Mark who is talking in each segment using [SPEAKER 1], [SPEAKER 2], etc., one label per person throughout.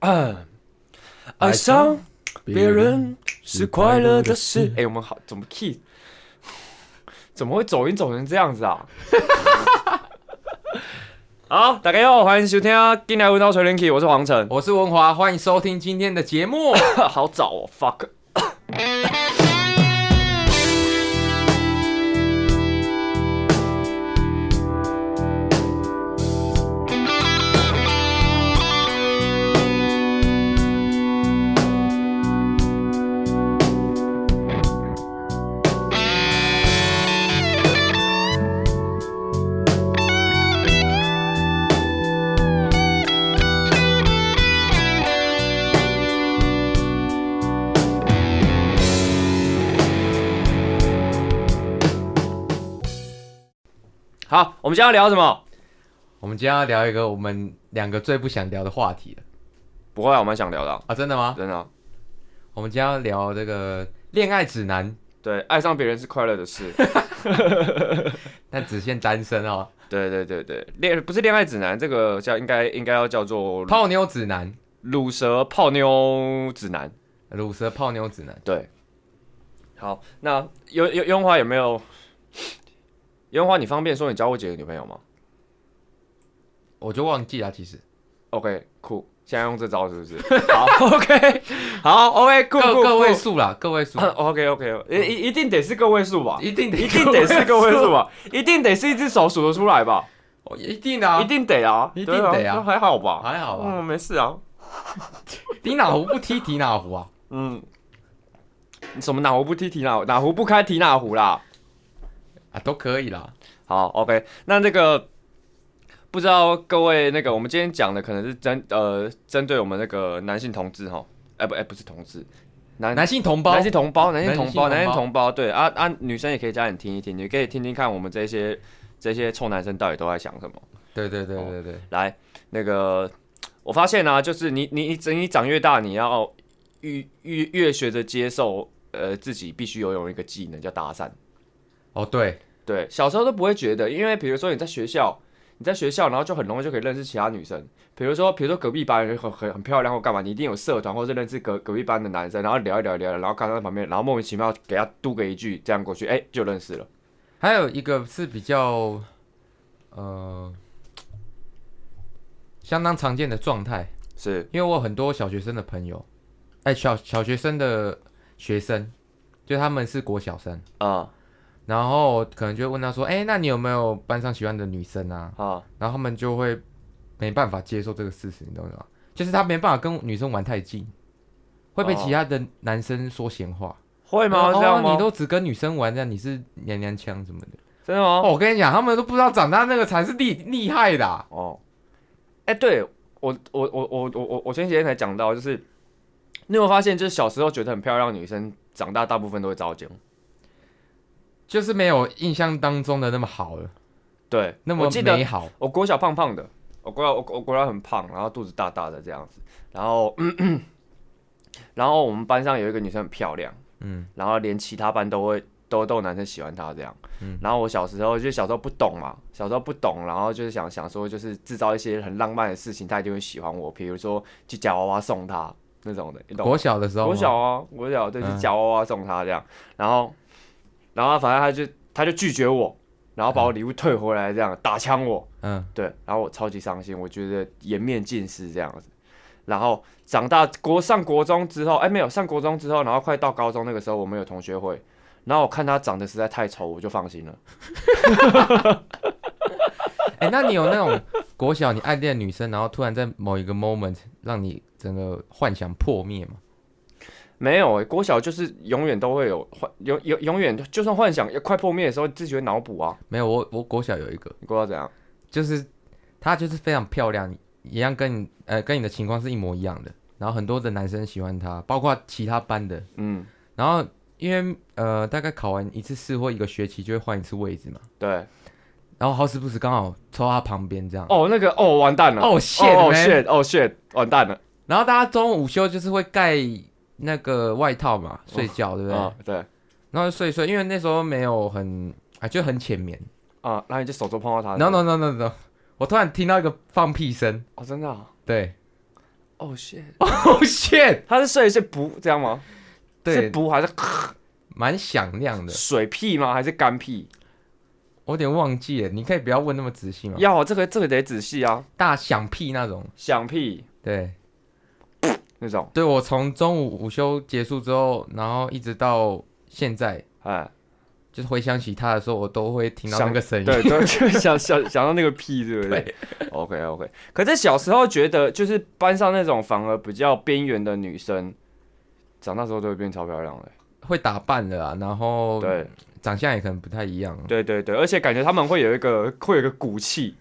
[SPEAKER 1] 啊，爱上别人是快乐的事。哎、我们好怎么 key？怎么会走音走成这样子啊？ 好，大家好，欢迎收听《今来文涛锤联 key》，我是黄晨。
[SPEAKER 2] 我是文华，欢迎收听今天的节目。
[SPEAKER 1] 好早哦，fuck。好，我们今天要聊什么？
[SPEAKER 2] 我们今天要聊一个我们两个最不想聊的话题了
[SPEAKER 1] 不会啊，我蛮想聊的啊、
[SPEAKER 2] 啊！真的吗？
[SPEAKER 1] 真的啊。
[SPEAKER 2] 我们今天要聊这个恋爱指南，
[SPEAKER 1] 对，爱上别人是快乐的 事。
[SPEAKER 2] 但只限单身 哦。
[SPEAKER 1] 对对对对，恋不是恋爱指南，这个叫应该应该要叫做
[SPEAKER 2] 泡妞指南，
[SPEAKER 1] 乳蛇泡妞指南。
[SPEAKER 2] 乳蛇泡妞指南。
[SPEAKER 1] 对，好，那尤尤尤文华有没有？尤文华，你方便说你交过几个女朋友吗
[SPEAKER 2] 我就忘记了，其实
[SPEAKER 1] ？OK，酷，现在用这招是 不是？好，OK，好，OK，酷
[SPEAKER 2] 个
[SPEAKER 1] 酷
[SPEAKER 2] 个位
[SPEAKER 1] 酷。
[SPEAKER 2] 数啦，个位数，
[SPEAKER 1] OK OK，一一定得是个位数吧？
[SPEAKER 2] 一定得
[SPEAKER 1] 啊一定得是个位数
[SPEAKER 2] 啊，
[SPEAKER 1] 吧？一定得是一只手数得出来吧？
[SPEAKER 2] 哦一定的 啊，
[SPEAKER 1] 一定得啊，
[SPEAKER 2] 一定
[SPEAKER 1] 对
[SPEAKER 2] 得啊
[SPEAKER 1] 那还好吧？
[SPEAKER 2] 还好吧？
[SPEAKER 1] 嗯，没事啊，
[SPEAKER 2] 提哪壶不提提哪壶啊？
[SPEAKER 1] 嗯。你什么哪壶不提提哪壶，哪壶不开提哪壶啦？
[SPEAKER 2] 啊，都可以啦。
[SPEAKER 1] 好，OK，那那个不知道各位那个，我们今天讲的可能是针呃针对我们那个男性同志哈，哎、不哎、不是同志，男
[SPEAKER 2] 男性同胞
[SPEAKER 1] 男，性同胞，男性同胞，
[SPEAKER 2] 男
[SPEAKER 1] 男
[SPEAKER 2] 性同
[SPEAKER 1] 性
[SPEAKER 2] 胞
[SPEAKER 1] 同胞，对啊啊，女生也可以加点听一听，你可以听听看我们这些这些臭男生到底都在想什么。
[SPEAKER 2] 对对对对对，
[SPEAKER 1] 来，那个我发现啊，就是你你你你长越大，你要越越越学着接受，呃，自己必须拥有一个技能叫搭讪。
[SPEAKER 2] 哦对，
[SPEAKER 1] 对，小时候都不会觉得，因为比如说你在学校，你在学校，然后就很容易就可以认识其他女生。比如说，比如说隔壁班很很很漂亮或干嘛，你一定有社团或是认识隔隔壁班的男生，然后聊一聊聊一聊，然后看到旁边，然后莫名其妙给他嘟个一句，这样过去，哎、就认识了。
[SPEAKER 2] 还有一个是比较，呃，相当常见的状态，
[SPEAKER 1] 是
[SPEAKER 2] 因为我有很多小学生的朋友，哎、小小学生的学生，就他们是国小生，
[SPEAKER 1] 啊
[SPEAKER 2] 然后可能就会问他说，哎、那你有没有班上喜欢的女生啊？
[SPEAKER 1] 啊
[SPEAKER 2] 然后他们就会没办法接受这个事实，你懂吗？就是他没办法跟女生玩太近，会被
[SPEAKER 1] 哦
[SPEAKER 2] 其他的男生说闲话，
[SPEAKER 1] 会吗？
[SPEAKER 2] 哦
[SPEAKER 1] 这样吗
[SPEAKER 2] 你？都只跟女生玩，这样你是娘娘腔什么的。
[SPEAKER 1] 真的吗？
[SPEAKER 2] 哦，我跟你讲，他们都不知道长大那个才是厉厉害的啊、
[SPEAKER 1] 哦，哎、对我我我我我我我前几天才讲到，就是你有没有发现，就是小时候觉得很漂亮的女生，长大大部分都会糟践。
[SPEAKER 2] 就是没有印象当中的那么好了，
[SPEAKER 1] 对，
[SPEAKER 2] 那么
[SPEAKER 1] 我记得
[SPEAKER 2] 美好。
[SPEAKER 1] 我国小胖胖的，我国小我我国小很胖，然后肚子大大的这样子，然后 然后我们班上有一个女生很漂亮，
[SPEAKER 2] 嗯，
[SPEAKER 1] 然后连其他班都会都都有男生喜欢她这样，
[SPEAKER 2] 嗯
[SPEAKER 1] 然后我小时候就小时候不懂嘛，小时候不懂，然后就是想想说就是制造一些很浪漫的事情，她一定会喜欢我，比如说去夹娃娃送她那种的，你懂吗？
[SPEAKER 2] 国小的时候吗，
[SPEAKER 1] 我小啊，我小对，就
[SPEAKER 2] 嗯
[SPEAKER 1] 夹娃娃送他这样，然后，然后反正他就他就拒绝我，然后把我礼物退回来，这样打枪我，
[SPEAKER 2] 嗯，
[SPEAKER 1] 对，然后我超级伤心，我觉得颜面尽失这样子。然后长大国上国中之后，哎，没有上国中之后，然后快到高中那个时候，我们有同学会，然后我看他长得实在太丑，我就放心了。
[SPEAKER 2] 哎、那你有那种国小你暗恋的女生，然后突然在某一个 moment 让你整个幻想破灭吗？
[SPEAKER 1] 没有、哎，国小就是永远都会有幻，永永永远就算幻想快破灭的时候，自己会脑补啊。
[SPEAKER 2] 没有，我我国小有一个，
[SPEAKER 1] 你国小怎样？
[SPEAKER 2] 就是她就是非常漂亮，一样跟你呃跟你的情况是一模一样的，然后很多的男生喜欢她，包括其他班的，
[SPEAKER 1] 嗯，
[SPEAKER 2] 然后因为呃大概考完一次试或一个学期就会换一次位置嘛，
[SPEAKER 1] 对。
[SPEAKER 2] 然后好死不死刚好抽她旁边这样，
[SPEAKER 1] 哦，那个哦，完蛋了。
[SPEAKER 2] 哦
[SPEAKER 1] 哦
[SPEAKER 2] shit
[SPEAKER 1] 哦
[SPEAKER 2] man
[SPEAKER 1] shit 哦 shit，完蛋了。
[SPEAKER 2] 然后大家中午午休就是会盖那个外套嘛，睡觉对不对？
[SPEAKER 1] 啊，对
[SPEAKER 2] 然后就睡一睡，因为那时候没有很啊，就很浅眠。
[SPEAKER 1] 啊，那你就手肘碰到他。
[SPEAKER 2] no no no no no，我突然听到一个放屁声，
[SPEAKER 1] 哦，真的啊
[SPEAKER 2] 对，
[SPEAKER 1] 哦、shit，
[SPEAKER 2] 哦、shit，
[SPEAKER 1] 他是射一射不这样吗？是
[SPEAKER 2] 对，
[SPEAKER 1] 不还是
[SPEAKER 2] 蛮响亮的，
[SPEAKER 1] 水屁吗？还是干屁？
[SPEAKER 2] 我有点忘记了，你可以不要问那么仔细吗？
[SPEAKER 1] 要啊这个这个得仔细啊，
[SPEAKER 2] 大响屁那种，
[SPEAKER 1] 响屁
[SPEAKER 2] 对，
[SPEAKER 1] 那种，
[SPEAKER 2] 对我从中午午休结束之后，然后一直到现在，
[SPEAKER 1] 哎，
[SPEAKER 2] 就是回想起他的时候，我都会听到
[SPEAKER 1] 想
[SPEAKER 2] 那个声 音。
[SPEAKER 1] 对，对，就想想想到那个屁，对不对？OK OK，可是小时候觉得就是班上那种反而比较边缘的女生，长大之后都会变超漂亮的、
[SPEAKER 2] 会打扮的啊，然后
[SPEAKER 1] 对
[SPEAKER 2] 长相也可能不太一样。
[SPEAKER 1] 对对对，而且感觉她们会有一个会有一个骨气。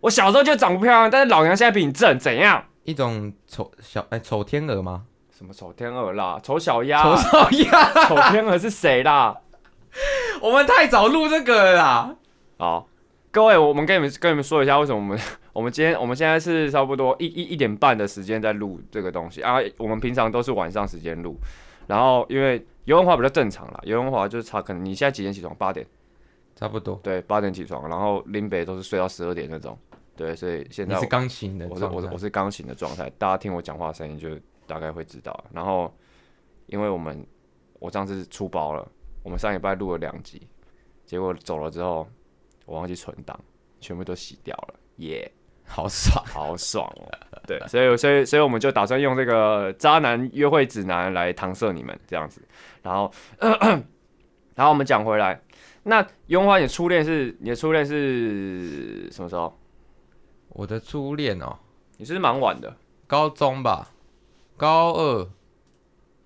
[SPEAKER 1] 我小时候就长不漂亮，但是老娘现在比你正，怎样？
[SPEAKER 2] 一种丑小哎丑天鹅吗？
[SPEAKER 1] 什么丑天鹅啦，丑小鸭，
[SPEAKER 2] 丑少鸭，
[SPEAKER 1] 丑天鹅是谁啦？
[SPEAKER 2] 我们太早录这个了啦。
[SPEAKER 1] 好，各位，我们跟你们跟你们说一下，为什么我们 我们今天我们现在是差不多一一一点半的时间在录这个东西啊。我们平常都是晚上时间录，然后因为游文华比较正常啦，游文华就是差可能你现在几点起床？八点，
[SPEAKER 2] 差不多，
[SPEAKER 1] 对，八点起床，然后林北都是睡到十二点那种，对，所以现
[SPEAKER 2] 你
[SPEAKER 1] 在
[SPEAKER 2] 是钢琴的
[SPEAKER 1] 我是
[SPEAKER 2] 状态，
[SPEAKER 1] 我是我是钢琴的状态，大家听我讲话的声音就大概会知道。然后，因为我们我上次出包了，我们上礼拜录了两集，结果走了之后，我忘记存档，全部都洗掉了，耶、
[SPEAKER 2] 好爽。
[SPEAKER 1] 好爽哦！对，所以所以所以我们就打算用这个渣男约会指南来搪塞你们这样子。然后， 然后我们讲回来，那雍华，你初恋是你的初恋是什么时候？
[SPEAKER 2] 我的初恋哦，
[SPEAKER 1] 你是不是蛮晚的，
[SPEAKER 2] 高中吧，高二，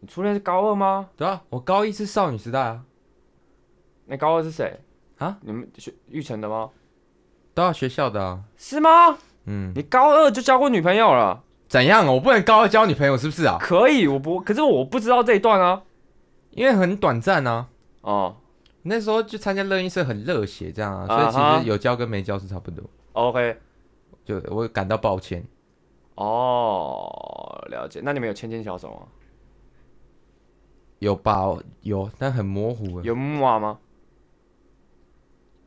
[SPEAKER 1] 你初恋是高二吗？
[SPEAKER 2] 对啊，我高一是少女时代啊，
[SPEAKER 1] 那高二是谁
[SPEAKER 2] 啊？
[SPEAKER 1] 你们学玉成的吗？
[SPEAKER 2] 都要学校的啊。
[SPEAKER 1] 是吗？
[SPEAKER 2] 嗯，
[SPEAKER 1] 你高二就交过女朋友了？
[SPEAKER 2] 怎样？哦我不能高二交女朋友是不是啊？
[SPEAKER 1] 可以，我不，可是我不知道这一段啊。
[SPEAKER 2] 因为很短暂啊。
[SPEAKER 1] 哦
[SPEAKER 2] 那时候就参加乐音社很热血这样啊，
[SPEAKER 1] 啊
[SPEAKER 2] 所以
[SPEAKER 1] 哈
[SPEAKER 2] 其实有交跟没交是差不多。
[SPEAKER 1] ，OK，
[SPEAKER 2] 就我感到抱歉，
[SPEAKER 1] 哦，了解。那你们有牵牵小手吗？
[SPEAKER 2] 有吧？有，但很模糊啊，
[SPEAKER 1] 有木啊吗？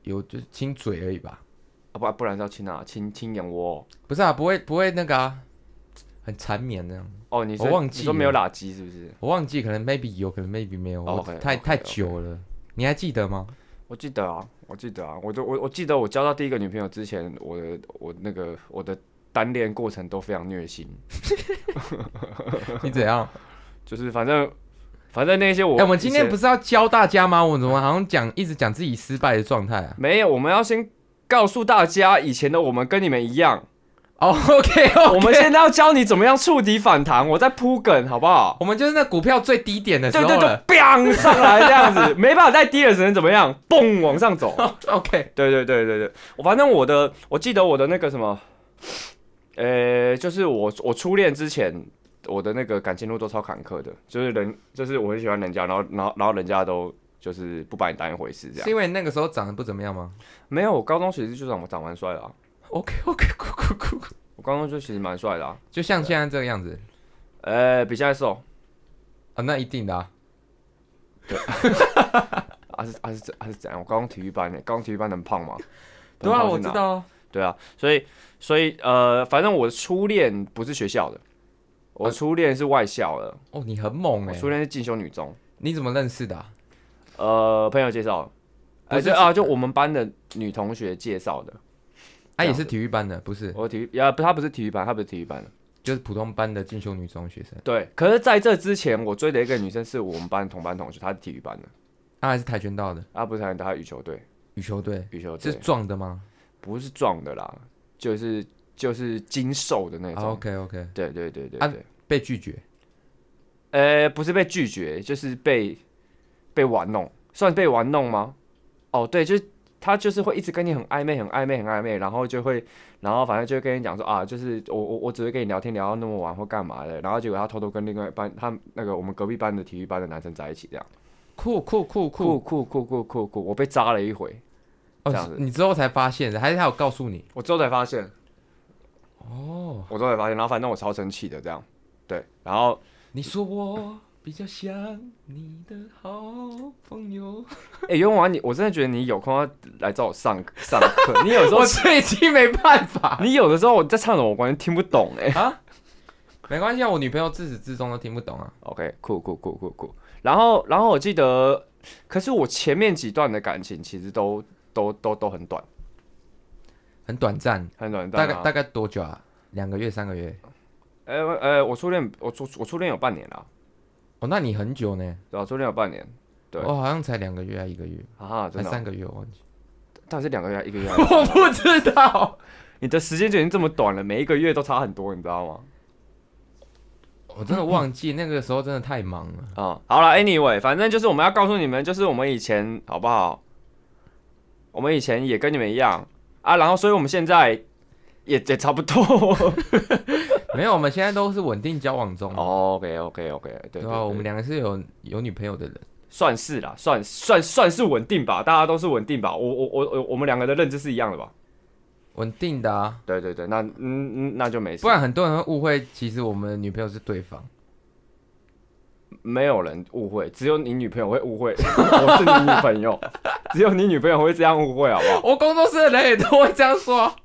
[SPEAKER 2] 有就是亲嘴而已吧。
[SPEAKER 1] 啊不，不然是要亲啊，亲亲眼窝。
[SPEAKER 2] 不是啊，不会不会那个啊，很缠绵那样。
[SPEAKER 1] 哦，你说
[SPEAKER 2] 我忘记
[SPEAKER 1] 你说
[SPEAKER 2] 了
[SPEAKER 1] 没有垃圾是不是？
[SPEAKER 2] 我忘记，可能 maybe 有，可能 maybe 哦没有，我
[SPEAKER 1] OK，
[SPEAKER 2] 太
[SPEAKER 1] OK，
[SPEAKER 2] 太
[SPEAKER 1] OK
[SPEAKER 2] 久了。你还记得 吗？
[SPEAKER 1] 我记得啊，我记得啊，我都我我记得我交到第一个女朋友之前，我的我那个我的单恋过程都非常虐心，
[SPEAKER 2] 你怎样？
[SPEAKER 1] 就是反正反正那些我
[SPEAKER 2] 哎、我们今
[SPEAKER 1] 以
[SPEAKER 2] 天
[SPEAKER 1] 前
[SPEAKER 2] 不是要教大家吗？我怎么好像讲一直讲自己失败的状态啊？
[SPEAKER 1] 没有，我们要先告诉大家，以前的我们跟你们一样
[SPEAKER 2] 哦、o k 哦，
[SPEAKER 1] 我们现在要教你怎么样触底反弹。我在铺梗，好不好？
[SPEAKER 2] 我们就是那股票最低点的时
[SPEAKER 1] 对
[SPEAKER 2] 候啊
[SPEAKER 1] 对对
[SPEAKER 2] 哦了。
[SPEAKER 1] ，biang 上来这样子，没办法再低了，只能怎么样？蹦往上 走。
[SPEAKER 2] OK，
[SPEAKER 1] 对对对对对，我反正我的，我记得我的那个什么，呃，就是我我初恋之前，我的那个感情路都超坎坷的，就是人，就是我很喜欢人家，然后然后然后人家都就是不把你当一回事这
[SPEAKER 2] 是
[SPEAKER 1] 样。
[SPEAKER 2] 因为那个时候长得不怎么样吗
[SPEAKER 1] 没有，我高中其实就长长蛮帅的、啊，
[SPEAKER 2] ？OK OK，酷酷酷酷，
[SPEAKER 1] 我高中就其实蛮帅的、啊，
[SPEAKER 2] 就像现在这个样子
[SPEAKER 1] 呃，比现在瘦。
[SPEAKER 2] 啊、那一定的啊。
[SPEAKER 1] 啊是啊是怎啊是怎样？我高中体育班的，高中体育班能胖吗？
[SPEAKER 2] 对啊，
[SPEAKER 1] 能胖
[SPEAKER 2] 我
[SPEAKER 1] 去
[SPEAKER 2] 知
[SPEAKER 1] 哪。
[SPEAKER 2] 道啊。
[SPEAKER 1] 对啊，所以所以呃，反正我的初恋不是学校
[SPEAKER 2] 啊
[SPEAKER 1] 的，我初恋是外校的，
[SPEAKER 2] 哦，你很猛
[SPEAKER 1] 我
[SPEAKER 2] 哎、
[SPEAKER 1] 初恋是进修女中，
[SPEAKER 2] 你怎么认识的、啊？
[SPEAKER 1] 呃，朋友介绍的，
[SPEAKER 2] 不
[SPEAKER 1] 而
[SPEAKER 2] 是
[SPEAKER 1] 且啊，就我们班的女同学介绍的。
[SPEAKER 2] 她、
[SPEAKER 1] 这
[SPEAKER 2] 啊也
[SPEAKER 1] 样
[SPEAKER 2] 是体育班的，不是？
[SPEAKER 1] 我体育啊，不，她不是体育班，她不是体育班的。
[SPEAKER 2] 就是普通班的进修女中学生，
[SPEAKER 1] 对，可是在这之前，我追的一个女生是我们班同班同学，她是体育班的，
[SPEAKER 2] 她还是跆拳道的
[SPEAKER 1] 啊，不是台湾的，她羽球队，
[SPEAKER 2] 羽球队，
[SPEAKER 1] 羽球队
[SPEAKER 2] 是壮的吗、
[SPEAKER 1] 不是壮的啦，就是就是精瘦的那
[SPEAKER 2] 啊、
[SPEAKER 1] 种。
[SPEAKER 2] ？OK OK，
[SPEAKER 1] 对对对对
[SPEAKER 2] 啊
[SPEAKER 1] 对。
[SPEAKER 2] 被拒绝，
[SPEAKER 1] 呃，不是被拒绝，就是被被玩弄，算被玩弄吗？哦，对，就是他就是会一直跟你很暧昧，很暧昧，很暧昧，然后就会，然后反正就会跟你讲说啊，就是我我我只会跟你聊天聊到那么晚或干嘛的，然后结果他偷偷跟另外一班他那个我们隔壁班的体育班的男生在一起，这样
[SPEAKER 2] 酷酷酷酷
[SPEAKER 1] 酷酷酷酷酷酷，我被扎了一回，这样
[SPEAKER 2] 哦
[SPEAKER 1] 子！
[SPEAKER 2] 你之后才发现的，还是他有告诉你？
[SPEAKER 1] 我之后才发现，
[SPEAKER 2] 哦，
[SPEAKER 1] 我之后才发现，然后反正我超生气的这样，对，然后
[SPEAKER 2] 你说我比较像你的好 朋友。
[SPEAKER 1] 哎，袁婉，你我真的觉得你有空要来找我上上课，你有时候
[SPEAKER 2] 我最近没办法
[SPEAKER 1] 你有的时候我在唱什么，我完全听不懂哎、
[SPEAKER 2] 啊！没关系啊，我女朋友自始至终都听不懂啊。
[SPEAKER 1] OK，酷酷酷酷酷。然后，然后我记得，可是我前面几段的感情其实都都都都很短，
[SPEAKER 2] 很短暂，
[SPEAKER 1] 很短，
[SPEAKER 2] 大概大
[SPEAKER 1] 概，
[SPEAKER 2] 概多久啊？两个月、三个月？
[SPEAKER 1] 呃呃，我初恋，我初我初恋有半年啦，
[SPEAKER 2] 哦，那你很久呢？
[SPEAKER 1] 对吧、初恋有半年，对
[SPEAKER 2] 我好像才两个月啊，一个月，
[SPEAKER 1] 啊，
[SPEAKER 2] 才
[SPEAKER 1] 真的哦，
[SPEAKER 2] 三个月，我忘 记。
[SPEAKER 1] 但是两个月还一个月还，啊
[SPEAKER 2] 我不知道，
[SPEAKER 1] 你的时间就已经这么短了，每一个月都差很多，你知道吗？
[SPEAKER 2] 我真的忘记，那个时候真的太忙了。
[SPEAKER 1] 啊、好了，anyway，反正就是我们要告诉你们，就是我们以前好不好？我们以前也跟你们一样啊，然后所以我们现在也也差不 多。
[SPEAKER 2] 没有，我们现在都是稳定交往中。
[SPEAKER 1] 哦 OK，OK，OK，对对
[SPEAKER 2] 啊，我们
[SPEAKER 1] 对，
[SPEAKER 2] 两个是有有女朋友的人。
[SPEAKER 1] 算是啦，算算算是稳定吧，大家都是稳定吧。我我我我我们两个的认知是一样的吧？
[SPEAKER 2] 稳定的啊，
[SPEAKER 1] 对对对，那嗯嗯，那就没事。
[SPEAKER 2] 不然很多人会误会，其实我们的女朋友是对方。
[SPEAKER 1] 没有人误会，只有你女朋友会误会 我是你女朋友，只有你女朋友会这样误会，好不好？
[SPEAKER 2] 我哦工作室的人也都会这样说。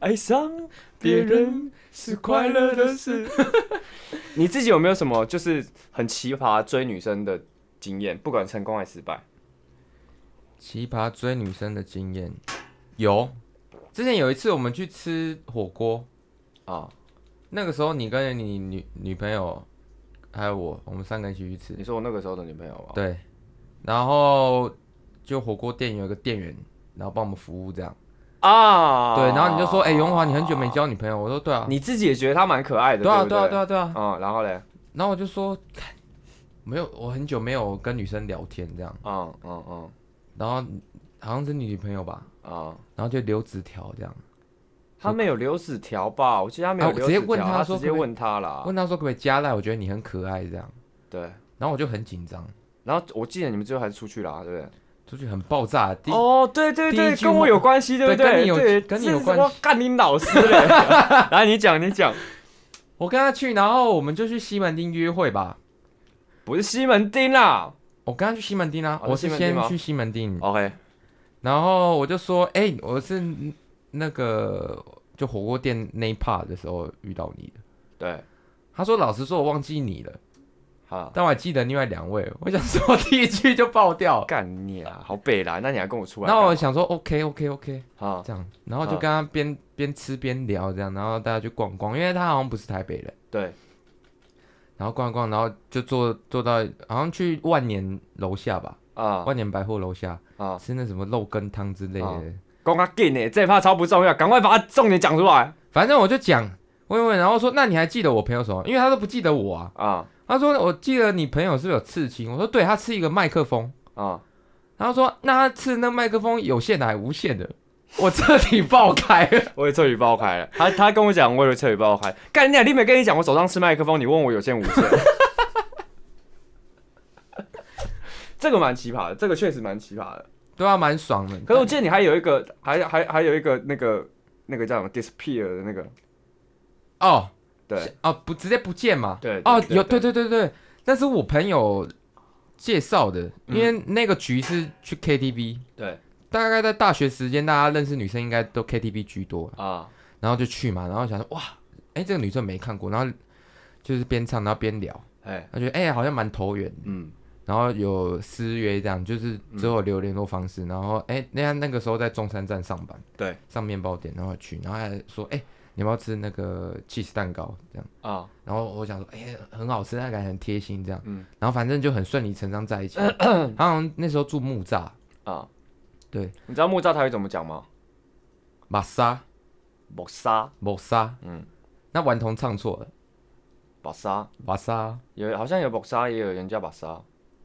[SPEAKER 1] 爱上别人是快乐的事。 你自己有没有什么就是很奇葩追女生的经验？不管成功还失败，
[SPEAKER 2] 奇葩追女生的经验有，之前有一次我们去吃火锅，
[SPEAKER 1] 啊，
[SPEAKER 2] 那个时候你跟你女女朋友还有我，我们三个一起去吃。
[SPEAKER 1] 你说我那个时候的女朋友啊吧？
[SPEAKER 2] 对，然后就火锅店有一个店员，然后帮我们服务这样。
[SPEAKER 1] 啊，
[SPEAKER 2] 对，然后你就说，哎、荣华，你很久没交女朋友。我说，对啊，
[SPEAKER 1] 你自己也觉得她蛮可爱的，
[SPEAKER 2] 对啊，
[SPEAKER 1] 不
[SPEAKER 2] 对啊，对啊，对啊。
[SPEAKER 1] 嗯，然后嘞，
[SPEAKER 2] 然后我就说，看没有，我很久没有跟女生聊天这样。
[SPEAKER 1] 嗯嗯嗯
[SPEAKER 2] 然后好像是你女朋友吧，
[SPEAKER 1] 嗯，
[SPEAKER 2] 然后就留纸条这样，
[SPEAKER 1] 她没有留纸条吧？我记得她没有
[SPEAKER 2] 啊我
[SPEAKER 1] 留
[SPEAKER 2] 直接
[SPEAKER 1] 纸条，
[SPEAKER 2] 问她
[SPEAKER 1] 她
[SPEAKER 2] 说
[SPEAKER 1] 直接
[SPEAKER 2] 可不可以
[SPEAKER 1] 问她啦，
[SPEAKER 2] 问他说可不可以加赖，我觉得你很可爱这样。
[SPEAKER 1] 对。
[SPEAKER 2] 然后我就很紧张，
[SPEAKER 1] 然后我记得你们最后还是出去啦，对不对？
[SPEAKER 2] 出去很爆炸。第一、
[SPEAKER 1] 哦，对对
[SPEAKER 2] 第
[SPEAKER 1] 对，
[SPEAKER 2] 一句
[SPEAKER 1] 跟我
[SPEAKER 2] 话
[SPEAKER 1] 有关系，对不
[SPEAKER 2] 对跟你有
[SPEAKER 1] 对，
[SPEAKER 2] 跟你有
[SPEAKER 1] 是
[SPEAKER 2] 关
[SPEAKER 1] 我干你老师嘞！ 来，你讲，你讲，
[SPEAKER 2] 我跟他去，然后我们就去西门町约会吧。
[SPEAKER 1] 不是西门町啦。
[SPEAKER 2] 我跟他去西门町啊，
[SPEAKER 1] 哦
[SPEAKER 2] 我
[SPEAKER 1] 是西门
[SPEAKER 2] 是
[SPEAKER 1] 町
[SPEAKER 2] 先
[SPEAKER 1] 吗
[SPEAKER 2] 去西门町，
[SPEAKER 1] OK，
[SPEAKER 2] 然后我就说，哎、我是嗯那个就火锅店那一 part 的时候遇到你的。
[SPEAKER 1] 对，
[SPEAKER 2] 他说，老实说，我忘记你了，
[SPEAKER 1] 好，
[SPEAKER 2] 但我还记得另外两位。我想说，第一句就 爆掉。
[SPEAKER 1] 干你啊，好北啦，那你还跟我出来干
[SPEAKER 2] 那
[SPEAKER 1] 嘛？
[SPEAKER 2] 我想说，OK OK OK，
[SPEAKER 1] 啊，
[SPEAKER 2] 这样，然后就
[SPEAKER 1] 嗯
[SPEAKER 2] 跟他边边吃边聊这样，然后大家去逛逛，因为他好像不是台北人。
[SPEAKER 1] 对，
[SPEAKER 2] 然后逛一逛，然后就坐坐到好像去万年楼下吧，
[SPEAKER 1] 啊
[SPEAKER 2] 万年百货楼下
[SPEAKER 1] 啊，
[SPEAKER 2] 吃那什么肉羹汤之类的。
[SPEAKER 1] 啊讲啊劲呢，这一趴超不重要，赶快把它重点讲出来
[SPEAKER 2] 反正我就讲问问，然后说那你还记得我朋友什么？因为他都不记得我啊。
[SPEAKER 1] 啊
[SPEAKER 2] 他说我记得你朋友是不是有刺青？我说对，他刺一个麦克风。
[SPEAKER 1] 啊！
[SPEAKER 2] 然后说那他刺那麦克风有线的还无线的？我彻底爆开了。
[SPEAKER 1] 我也彻底爆开了，他他跟我讲，我也彻底爆开。干你啊！你没跟你讲，我手上是麦克风，你问我有线无 线。这个蛮奇葩的，这个确实蛮奇葩的。
[SPEAKER 2] 对啊，蛮爽的。
[SPEAKER 1] 可是我记得你还有一个，还还还有一个那个那个叫什么 disappear 的那个，
[SPEAKER 2] 哦
[SPEAKER 1] 对
[SPEAKER 2] 哦不直接不见嘛。
[SPEAKER 1] 对对
[SPEAKER 2] 哦
[SPEAKER 1] 对
[SPEAKER 2] 有对对对对，那是我朋友介绍的，因为那个局是去 KTV。
[SPEAKER 1] 嗯对
[SPEAKER 2] 大概在大学时间，大家认识女生应该都 KTV 居多，
[SPEAKER 1] 啊
[SPEAKER 2] 然后就去嘛，然后想说哇，哎、这个女生没看过，然后就是边唱然后边聊，
[SPEAKER 1] 哎
[SPEAKER 2] 他觉得哎、好像蛮投缘，
[SPEAKER 1] 嗯
[SPEAKER 2] 然后有私约这样，就是之后留联络方式，然后哎、那他那个时候在中山站上班，
[SPEAKER 1] 嗯对，
[SPEAKER 2] 上面包店，然后去，然后还说哎、你要不要吃那个 cheese 蛋糕这样，
[SPEAKER 1] 啊
[SPEAKER 2] 然后我想说哎、很好吃，那感觉很贴心这样，
[SPEAKER 1] 嗯
[SPEAKER 2] 然后反正就很顺理成章在一 起，他好像那时候住木栅
[SPEAKER 1] 啊，
[SPEAKER 2] 对，
[SPEAKER 1] 你知道木栅台语怎么讲吗？
[SPEAKER 2] 马莎。
[SPEAKER 1] 木沙
[SPEAKER 2] 某沙，
[SPEAKER 1] 嗯
[SPEAKER 2] 嗯，那顽童唱错了，
[SPEAKER 1] 把沙，
[SPEAKER 2] 瓦沙，
[SPEAKER 1] 有好像有木沙，也有人叫把沙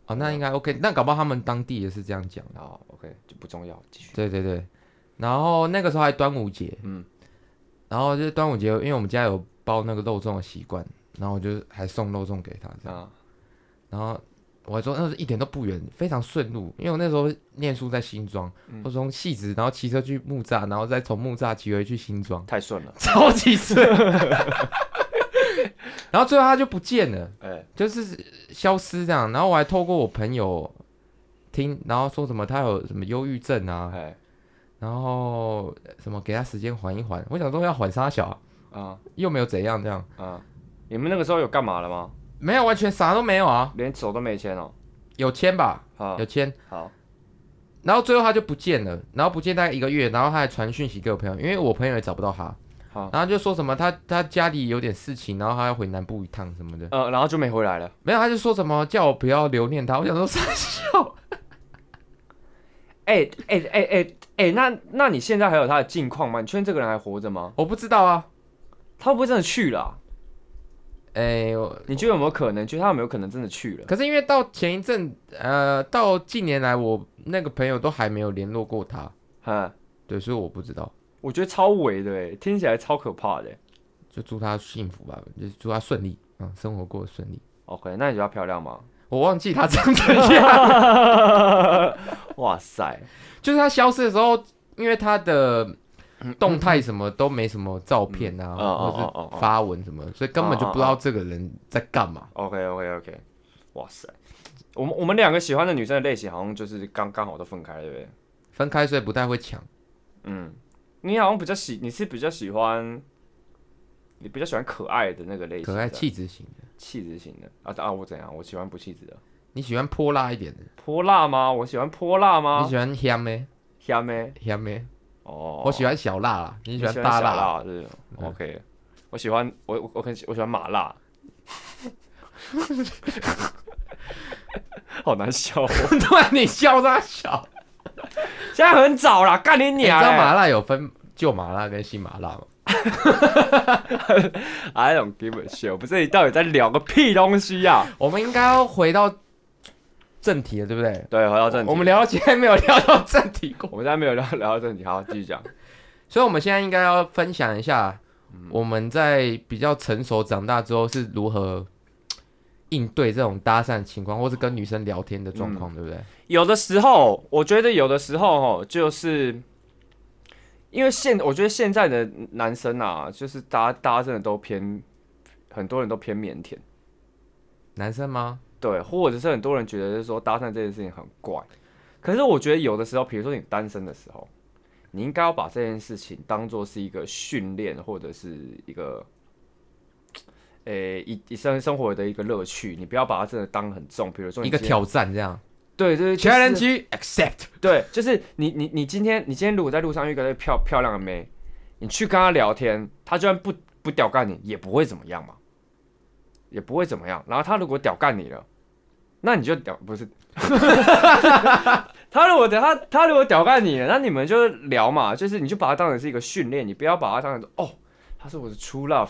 [SPEAKER 2] 哦，那应该 OK，那搞不好他们当地也是这样讲的，
[SPEAKER 1] 啊。OK，就不重要，继续。
[SPEAKER 2] 对对对，然后那个时候还端午节，
[SPEAKER 1] 嗯
[SPEAKER 2] 嗯，然后就是端午节，因为我们家有包那个肉粽的习惯，然后我就还送肉粽给他，这样，
[SPEAKER 1] 啊
[SPEAKER 2] 然后我还说那是一点都不远，非常顺路，因为我那时候念书在新庄，我从戏子，然后骑车去木栅，然后再从木栅骑回去新庄，
[SPEAKER 1] 太顺了，
[SPEAKER 2] 超级顺，然后最后他就不见了。
[SPEAKER 1] 哎
[SPEAKER 2] 就是消失这样。然后我还透过我朋友听，然后说什么他有什么忧郁症啊，
[SPEAKER 1] 哎
[SPEAKER 2] 然后什么给他时间缓一缓。我想说要缓啥小啊，
[SPEAKER 1] 啊
[SPEAKER 2] 又没有怎样这样。
[SPEAKER 1] 啊你们那个时候有干嘛了吗？
[SPEAKER 2] 没有，完全啥都没有啊，
[SPEAKER 1] 连手都没牵哦。
[SPEAKER 2] 有签吧，
[SPEAKER 1] 好
[SPEAKER 2] 有，签，
[SPEAKER 1] 好，
[SPEAKER 2] 然后最后他就不见了，然后不见大概一个月，然后他还传讯息给我朋友，因为我朋友也找不到他，
[SPEAKER 1] 好
[SPEAKER 2] 然后就说什么他他家里有点事情，然后他要回南部一趟什么的，
[SPEAKER 1] 呃，然后就没回来了。
[SPEAKER 2] 没有，他就说什么叫我不要留念他，我想说 傻笑，
[SPEAKER 1] 哎哎哎哎哎，那那你现在还有他的近况吗？你确定这个人还活着吗？
[SPEAKER 2] 我不知道啊，
[SPEAKER 1] 他会不会真的去了啊、
[SPEAKER 2] 哎、我
[SPEAKER 1] 你觉得有没有可能？觉得他有没有可能真的去了？
[SPEAKER 2] 可是因为到前一阵，呃，到近年来我那个朋友都还没有联络过他，
[SPEAKER 1] 嗯，
[SPEAKER 2] 对，所以我不知道，
[SPEAKER 1] 我觉得超伪的、欸，听起来超可怕的欸、
[SPEAKER 2] 就祝他幸福吧，就是祝他顺利，嗯，生活过得顺利。
[SPEAKER 1] OK，那你觉得她漂亮吗？
[SPEAKER 2] 我忘记他长怎样，
[SPEAKER 1] 哇塞，
[SPEAKER 2] 就是他消失的时候，因为他的动态什么都没什么照片啊，
[SPEAKER 1] 嗯哦哦哦
[SPEAKER 2] 或
[SPEAKER 1] 哦
[SPEAKER 2] 是发文什么，所以根本就不知道这个人在干嘛。
[SPEAKER 1] OK OK OK，哇塞，我们我们两个喜欢的女生的类型好像就是刚刚好都分开了，对不对？
[SPEAKER 2] 分开所以不太会抢，
[SPEAKER 1] 嗯，你好像比较喜，你是比较喜欢，你比较喜欢可爱的那个类型，
[SPEAKER 2] 可爱
[SPEAKER 1] 是吧
[SPEAKER 2] 气质型的。
[SPEAKER 1] 气质型的啊啊！我怎样？我喜欢不气质的，
[SPEAKER 2] 你喜欢泼辣一点的，
[SPEAKER 1] 泼辣吗？我喜欢泼辣
[SPEAKER 2] 你
[SPEAKER 1] 吗？
[SPEAKER 2] 喜欢香咩
[SPEAKER 1] 香咩？
[SPEAKER 2] 香咩？
[SPEAKER 1] 哦，
[SPEAKER 2] 我喜欢小辣啦，你
[SPEAKER 1] 你
[SPEAKER 2] 喜欢
[SPEAKER 1] 小
[SPEAKER 2] 大辣嗯啦？
[SPEAKER 1] 辣，对，OK。我喜欢我我我很喜我喜欢麻辣， 好难笑哦。
[SPEAKER 2] 对啊，你笑啥笑？
[SPEAKER 1] 现在很早啦，干你
[SPEAKER 2] 你知
[SPEAKER 1] 娘、
[SPEAKER 2] 道
[SPEAKER 1] 欸！
[SPEAKER 2] 麻辣有分旧麻辣跟新麻辣吗？
[SPEAKER 1] I don't give a shit，我们这里到底在聊个屁东西呀、啊？
[SPEAKER 2] 我们应该要回到正题了，对不对？
[SPEAKER 1] 对，回到正题，
[SPEAKER 2] 我们聊到今天没有聊到正题过，
[SPEAKER 1] 我们现在没有聊聊到正题，好，继续讲。
[SPEAKER 2] 所以我们现在应该要分享一下我们在比较成熟长大之后是如何应对这种搭讪情况，或是跟女生聊天的状况，对不对？
[SPEAKER 1] 有的时候，我觉得有的时候哦，就是因为现我觉得现在的男生啊，就是大家大家真的都偏，很多人都偏腼腆，
[SPEAKER 2] 男生吗？
[SPEAKER 1] 对，或者是很多人觉得就是说搭讪这件事情很怪。可是我觉得有的时候，比如说你单身的时候，你应该要把这件事情当做是一个训练，或者是一个，诶、一一生生活的一个乐趣。你不要把它真的当很重。比如说你
[SPEAKER 2] 一个
[SPEAKER 1] 今天，
[SPEAKER 2] 挑战这样
[SPEAKER 1] 对对对，就是
[SPEAKER 2] ，challenge accept，
[SPEAKER 1] 对，就是你你你今天你今天如果在路上遇到一个漂漂亮的妹，你去跟她聊天，她就算不不屌干你，也不会怎么样嘛，也不会怎么样。然后她如果屌干你了，那你就屌不是？ 她如果屌她她如果屌干你了，那你们就聊嘛，就是你就把它当成是一个训练，你不要把它当成哦，她是我的 true love，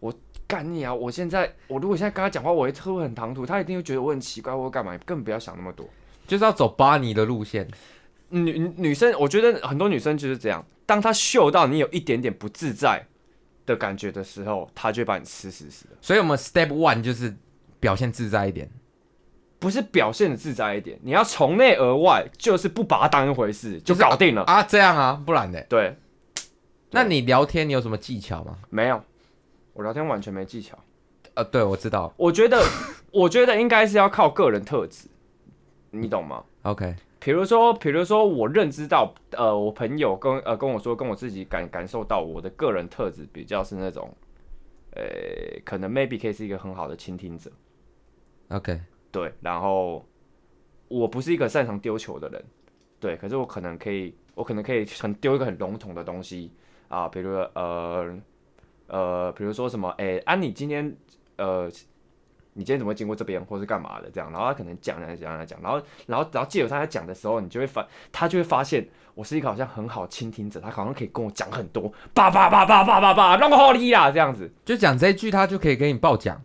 [SPEAKER 1] 我干你啊！我现在我如果现在跟她讲话，我会会很唐突，她一定会觉得我很奇怪，我干嘛？根本不要想那么多。
[SPEAKER 2] 就是要走巴尼的路线，
[SPEAKER 1] 女女女生，我觉得很多女生就是这样，当她嗅到你有一点点不自在的感觉的时候，她就会把你吃死死的。
[SPEAKER 2] 所以我们 step one 就是表现自在一点。
[SPEAKER 1] 不是表现的自在一点，你要从内而外，就是不把它当一回事，就搞定了。
[SPEAKER 2] 啊，这样啊，不然呢？
[SPEAKER 1] 对，
[SPEAKER 2] 那你聊天你有什么技巧吗？
[SPEAKER 1] 没有，我聊天完全没技巧。
[SPEAKER 2] 呃，对，我知道。
[SPEAKER 1] 我觉得，我觉得应该是要靠个人特质，你懂吗？
[SPEAKER 2] OK，
[SPEAKER 1] 比如说，比如说，我认知到，呃，我朋友跟呃跟我说，跟我自己感感受到，我的个人特质比较是那种，呃，可能 maybe 可以是一个很好的倾听者，
[SPEAKER 2] OK，
[SPEAKER 1] 对，然后我不是一个擅长丢球的人，对，可是我可能可以，我可能可以很丢一个很笼统的东西啊，比如呃呃，比如说什么，哎、啊，你今天呃，你今天怎么会经过这边，或是干嘛的这样，然后他可能讲讲讲讲讲，然后然后然后借由他在讲的时候，你就会发，他就会发现我是一个好像很好倾听者，他好像可以跟我讲很多，叭叭叭叭叭叭叭，弄好你啦这样子。
[SPEAKER 2] 就讲这一句，他就可以给你报奖。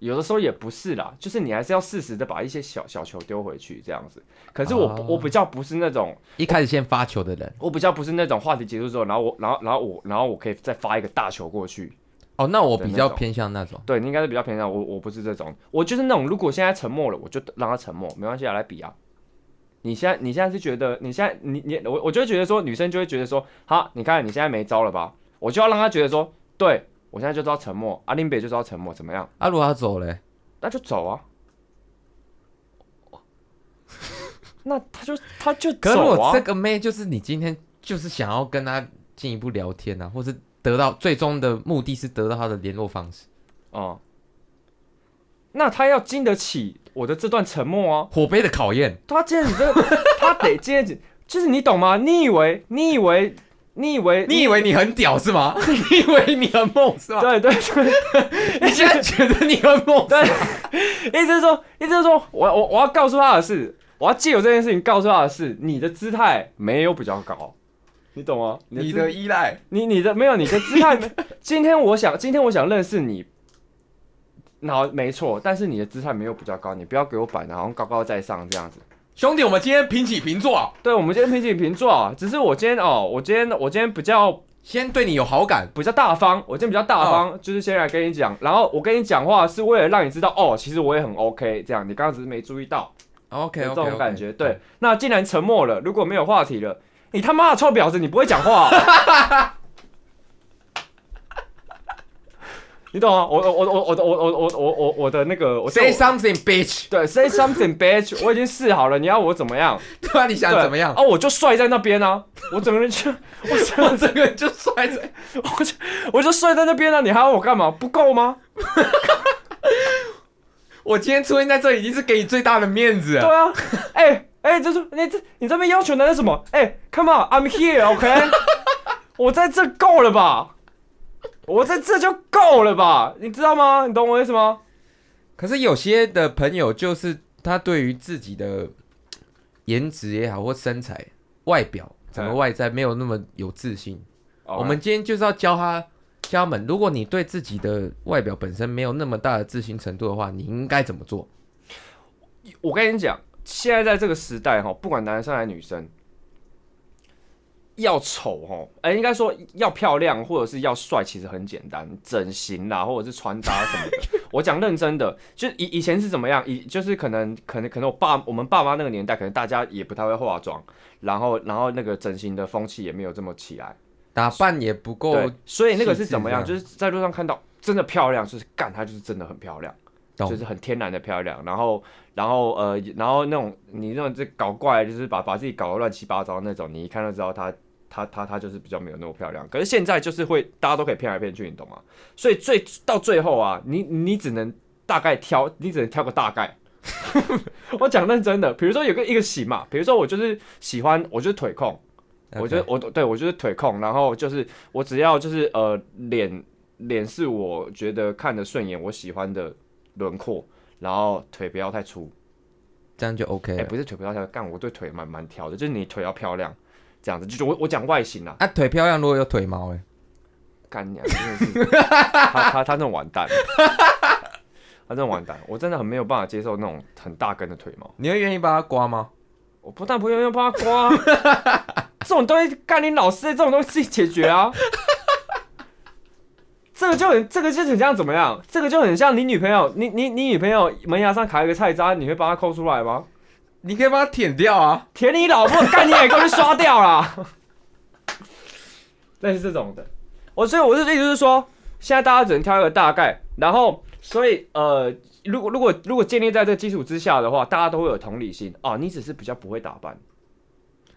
[SPEAKER 1] 有的时候也不是啦，就是你还是要适时的把一些小小球丢回去这样子。可是我、
[SPEAKER 2] 哦
[SPEAKER 1] 我比较不是那种，
[SPEAKER 2] 一开始先发球的人，
[SPEAKER 1] 我比较不是那种话题结束之后，然后我然后然后我然后我可以再发一个大球过去。
[SPEAKER 2] 哦，那我
[SPEAKER 1] 对
[SPEAKER 2] 比
[SPEAKER 1] 那
[SPEAKER 2] 较
[SPEAKER 1] 种
[SPEAKER 2] 偏向那种。
[SPEAKER 1] 对，你应该是比较偏向我，我不是这种，我就是那种如果现在沉默了，我就让他沉默，没关系啊，来比啊。你现在你现在是觉得你现在你你我我就会觉得说女生就会觉得说，好，你看你现在没招了吧？我就要让她觉得说，对我现在就知道沉默，阿林北就知道沉默怎么样？
[SPEAKER 2] 啊，如果他走嘞，
[SPEAKER 1] 那就走啊。 那他就他就
[SPEAKER 2] 可是
[SPEAKER 1] 走
[SPEAKER 2] 我
[SPEAKER 1] 啊
[SPEAKER 2] 这。个妹就是你今天就是想要跟他进一步聊天啊，或是得到最终的目的是得到他的联络方式。
[SPEAKER 1] 哦、那他要经得起我的这段沉默啊！
[SPEAKER 2] 火杯的考 验，
[SPEAKER 1] 他今天你这，他得今天只，就是你懂吗？你以为，你以为，你以为，
[SPEAKER 2] 你以为你很屌 是吗？你以为你很猛是吗？
[SPEAKER 1] 对对对
[SPEAKER 2] 你现在觉得你很猛，
[SPEAKER 1] 对，一直说，一直说，我我我要告诉他的是，我要借由这件事情告诉他的是，你的姿态没有比较高，你懂吗？ 你的
[SPEAKER 2] 你
[SPEAKER 1] 姿
[SPEAKER 2] 的依赖，
[SPEAKER 1] 你你的没有你的姿态，今天我想今天我想认识你，好没错，但是你的姿态没有比较高，你不要给我摆的好像高高在上这样子。
[SPEAKER 2] 兄弟，我们今天平起平坐啊，
[SPEAKER 1] 对，我们今天平起平坐啊，只是我今天哦，我今天我今天比较
[SPEAKER 2] 先对你有好感，
[SPEAKER 1] 比较大方，我今天比较大方，就是先来跟你讲，然后我跟你讲话是为了让你知道哦，其实我也很 OK，这样你刚刚只是没注意到
[SPEAKER 2] OK
[SPEAKER 1] 有
[SPEAKER 2] OK，
[SPEAKER 1] 这种感觉。对，那既然沉默了，如果没有话题了，你他妈的臭婊子，你不会讲话啊、 你懂吗？我我我我我我我我我我的那个，我
[SPEAKER 2] ，Say something bitch，
[SPEAKER 1] 对 say something bitch，我已经试好了，你要我怎么样？
[SPEAKER 2] 对吧？你想
[SPEAKER 1] 对
[SPEAKER 2] 怎么样？
[SPEAKER 1] 啊，我就帅在那边啊，我整个人就我整
[SPEAKER 2] 我整个人就摔在，
[SPEAKER 1] 我就我就睡在那边了、啊你还要我干嘛？不够吗？
[SPEAKER 2] 我今天出现在这已经是给你最大的面子
[SPEAKER 1] 对
[SPEAKER 2] 了。
[SPEAKER 1] 啊，哎、哎、这是你这你这边要求的是什么？哎、c o m e on，I'm here，OK，、我在这够了吧？我在这就够了吧？你知道吗？你懂我意思吗？
[SPEAKER 2] 可是有些的朋友就是他对于自己的颜值也好或身材、外表整个
[SPEAKER 1] 嗯
[SPEAKER 2] 外在没有那么有自信。我们今天就是要教他教他们，如果你对自己的外表本身没有那么大的自信程度的话，你应该怎么做？
[SPEAKER 1] 我跟你讲，现在在这个时代哈，不管男生还是女生，要丑哈，哎、应该说要漂亮或者是要帅，其实很简单，整形啦，或者是穿搭什么的。我讲认真的，就以以前是怎么样，以就是可能可能可能我爸我们爸妈那个年代，可能大家也不太会化妆，然后然后那个整形的风气也没有这么起来。
[SPEAKER 2] 打扮也不够
[SPEAKER 1] 对，所以那个
[SPEAKER 2] 细
[SPEAKER 1] 是
[SPEAKER 2] 致
[SPEAKER 1] 怎么样？
[SPEAKER 2] 这
[SPEAKER 1] 就是在路上看到真的漂亮，就是干她就是真的很漂亮，
[SPEAKER 2] 懂
[SPEAKER 1] 就是很天然的漂亮。然后，然后呃，然后那种你那种就搞怪，就是把把自己搞得乱七八糟那种，你一看就知道她她她她就是比较没有那么漂亮。可是现在就是会大家都可以骗来骗去，你懂吗？所以最到最后啊，你你只能大概挑，你只能挑个大概。 我讲认真的，比如说有个一个型嘛，比如说我就是喜欢，我就是腿控。我觉得
[SPEAKER 2] OK
[SPEAKER 1] 我对我就是腿控，然后就是我只要就是呃脸脸是我觉得看得顺眼，我喜欢的轮廓，然后腿不要太粗，
[SPEAKER 2] 这样就 OK
[SPEAKER 1] 哎、
[SPEAKER 2] 了。
[SPEAKER 1] 不是腿不要太粗，干我对腿蛮蛮挑的，就是你腿要漂亮，这样子，就是我我讲外形啊，
[SPEAKER 2] 啊，腿漂亮，如果有腿毛、哎，
[SPEAKER 1] 干娘真的是他他他那完蛋，他真的完蛋，我真的很没有办法接受那种很大根的腿毛。
[SPEAKER 2] 你会愿意帮他刮吗？
[SPEAKER 1] 我不但不愿意帮他刮、啊这种东西干你老师这种东西自己解决啊。这个就很，这个就很像怎么样？这个就很像你女朋友，你你你女朋友门牙上卡一个菜渣，你会帮她抠出来吗？
[SPEAKER 2] 你可以帮他舔掉啊。
[SPEAKER 1] 舔你老婆，干你也给我去刷掉啦！ 类似这种的，我所以我的意思就是说，现在大家只能挑一个大概，然后所以呃，如果如果如果建立在这个基础之下的话，大家都会有同理心啊，你只是比较不会打扮。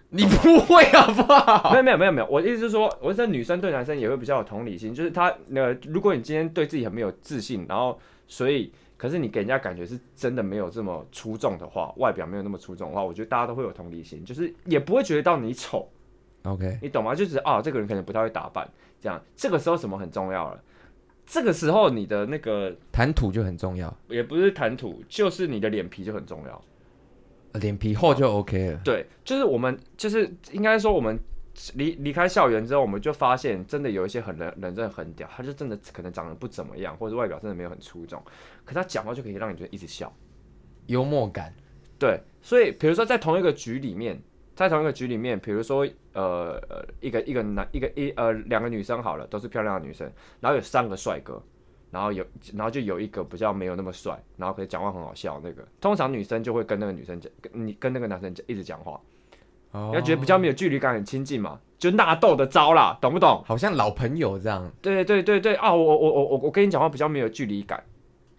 [SPEAKER 2] 你不会啊好不好
[SPEAKER 1] 没？有没有没有没有，我的意思是说，我是说女生对男生也会比较有同理心，就是他呃，如果你今天对自己很没有自信，然后所以可是你给人家感觉是真的没有这么出众的话，外表没有那么出众的话，我觉得大家都会有同理心，就是也不会觉得到你丑，
[SPEAKER 2] OK，
[SPEAKER 1] 你懂吗？就只是啊，这个人可能不太会打扮，这样这个时候什么很重要了，这个时候你的那个
[SPEAKER 2] 谈吐就很重要，
[SPEAKER 1] 也不是谈吐，就是你的脸皮就很重要。
[SPEAKER 2] 呃脸皮厚就 OK 了。
[SPEAKER 1] 对，就是我们就是应该说我们离离开校园之后，我们就发现真的有一些很人人真的很屌，他就真的可能长得不怎么样，或者外表真的没有很出众，可他讲话就可以让你觉得一直笑。
[SPEAKER 2] 幽默感，
[SPEAKER 1] 对，所以比如说在同一个局里面，在同一个局里面，比如说呃呃一个一个男一个一呃两个女生好了，都是漂亮的女生，然后有三个帅哥，然后有然后就有一个比较没有那么帅，然后可是讲话很好笑那个，通常女生就会跟那个女生讲，跟你跟那个男生讲一直讲话。
[SPEAKER 2] 哦
[SPEAKER 1] 你要觉得比较没有距离感，很亲近嘛，就纳豆的招啦，懂不懂？
[SPEAKER 2] 好像老朋友这样。
[SPEAKER 1] 对对对对啊，我我我我我跟你讲话比较没有距离感，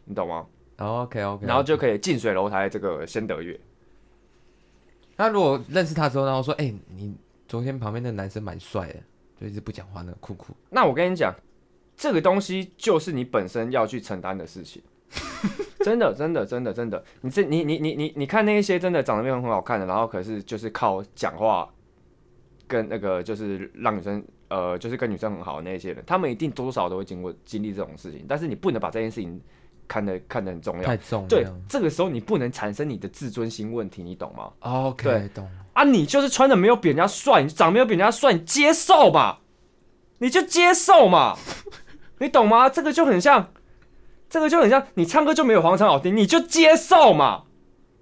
[SPEAKER 1] 你懂吗？
[SPEAKER 2] OK OK，
[SPEAKER 1] 然后就可以近水楼台这个先得月，
[SPEAKER 2] 那如果认识他之后，然后说，哎、你昨天旁边那个男生蛮帅的，就一直不讲话，那个酷酷。
[SPEAKER 1] 那我跟你讲，这个东西就是你本身要去承担的事情。 真的，真的，真的，真的，你这你你你你你看那一些真的长得没有很好看的，然后可是就是靠讲话跟那个就是让女生呃就是跟女生很好的那一些人，他们一定多多少少都会经过经历这种事情，但是你不能把这件事情看得看得很重要。
[SPEAKER 2] 太重
[SPEAKER 1] 对
[SPEAKER 2] 了。，
[SPEAKER 1] 这个时候你不能产生你的自尊心问题，你懂吗？对
[SPEAKER 2] 哦 OK，懂。
[SPEAKER 1] 啊，你就是穿的没有比人家帅，你长得没有比人家帅，你接受嘛，你就接受嘛，你懂吗？这个就很像，这个就很像你唱歌就没有黄长好听，你就接受嘛，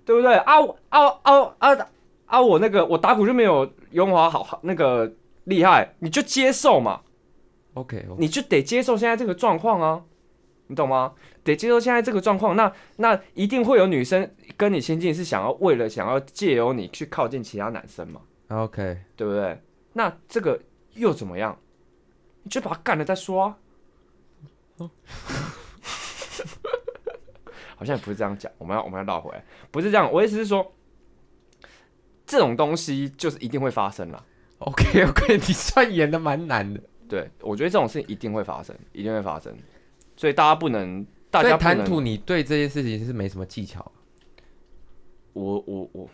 [SPEAKER 1] 对不对？啊我啊我啊我啊啊！我那个我打鼓就没有永华好好那个厉害，你就接受嘛，
[SPEAKER 2] OK，
[SPEAKER 1] 你就得接受现在这个状况啊，你懂吗？得接受现在这个状况，那那一定会有女生跟你亲近，是想要为了想要借由你去靠近其他男生嘛。
[SPEAKER 2] OK，
[SPEAKER 1] 对不对？那这个又怎么样？你就把他干了再说啊。 好像也不是这样讲，我们要我们要绕回来，不是这样。我意思是说，这种东西就是一定会发生啦。
[SPEAKER 2] OK OK，你算演的蛮难的，
[SPEAKER 1] 对，我觉得这种事情一定会发生，一定会发生，所以大家不能，大
[SPEAKER 2] 所
[SPEAKER 1] 家
[SPEAKER 2] 以
[SPEAKER 1] 不
[SPEAKER 2] 谈
[SPEAKER 1] 能
[SPEAKER 2] 吐你对这件事情是没什么技巧，
[SPEAKER 1] 我我我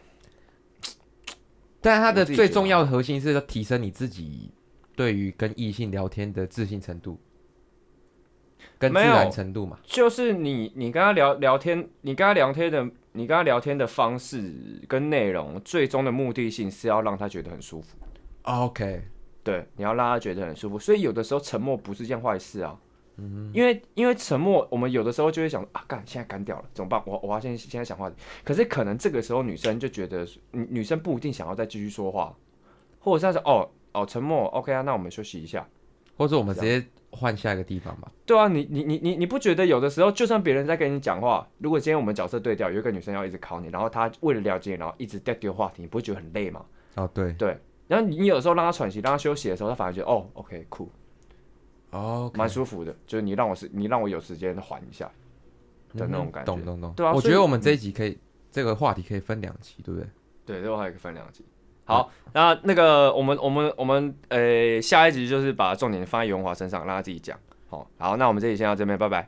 [SPEAKER 2] 但它的
[SPEAKER 1] 我自己
[SPEAKER 2] 最
[SPEAKER 1] 觉得
[SPEAKER 2] 重要的核心是要提升你自己对于跟异性聊天的自信程度，跟自
[SPEAKER 1] 没有
[SPEAKER 2] 然程度嘛。
[SPEAKER 1] 就是你，你跟他聊聊天，你跟他聊天的，你跟他聊天的方式跟内容，最终的目的性是要让他觉得很舒服。
[SPEAKER 2] 哦 OK，
[SPEAKER 1] 对，你要让他觉得很舒服。所以有的时候沉默不是件坏事啊。嗯，因为因为沉默，我们有的时候就会想啊，干，现在干掉了，怎么办？我我要先现在想话题。可是可能这个时候女生就觉得，女女生不一定想要再继续说话，或者是她说哦哦沉默，OK 啊，那我们休息一下。
[SPEAKER 2] 或者我们直接换下一个地方吧。
[SPEAKER 1] 对啊，你你你你你不觉得有的时候，就算别人在跟你讲话，如果今天我们角色对调，有一个女生要一直考你，然后她为了了解你，然后一直在丢话题，你不会觉得很累吗？
[SPEAKER 2] 哦，对
[SPEAKER 1] 然后你你有时候让她喘息，让她休息的时候，她反而觉得哦，OK，酷、
[SPEAKER 2] 哦，OK，
[SPEAKER 1] 蛮舒服的，就是你让我是你让我有时间缓一下的那种感觉。
[SPEAKER 2] 嗯懂懂懂。
[SPEAKER 1] 对啊
[SPEAKER 2] 我
[SPEAKER 1] 所以
[SPEAKER 2] 觉得我们这一集可以，这个话题可以分两期，对不对？
[SPEAKER 1] 对，最后还有一个分两集。好，那那个我们我们我们呃下一集就是把重点放在袁华身上，让他自己讲。好，好，那我们这里先到这边，拜拜。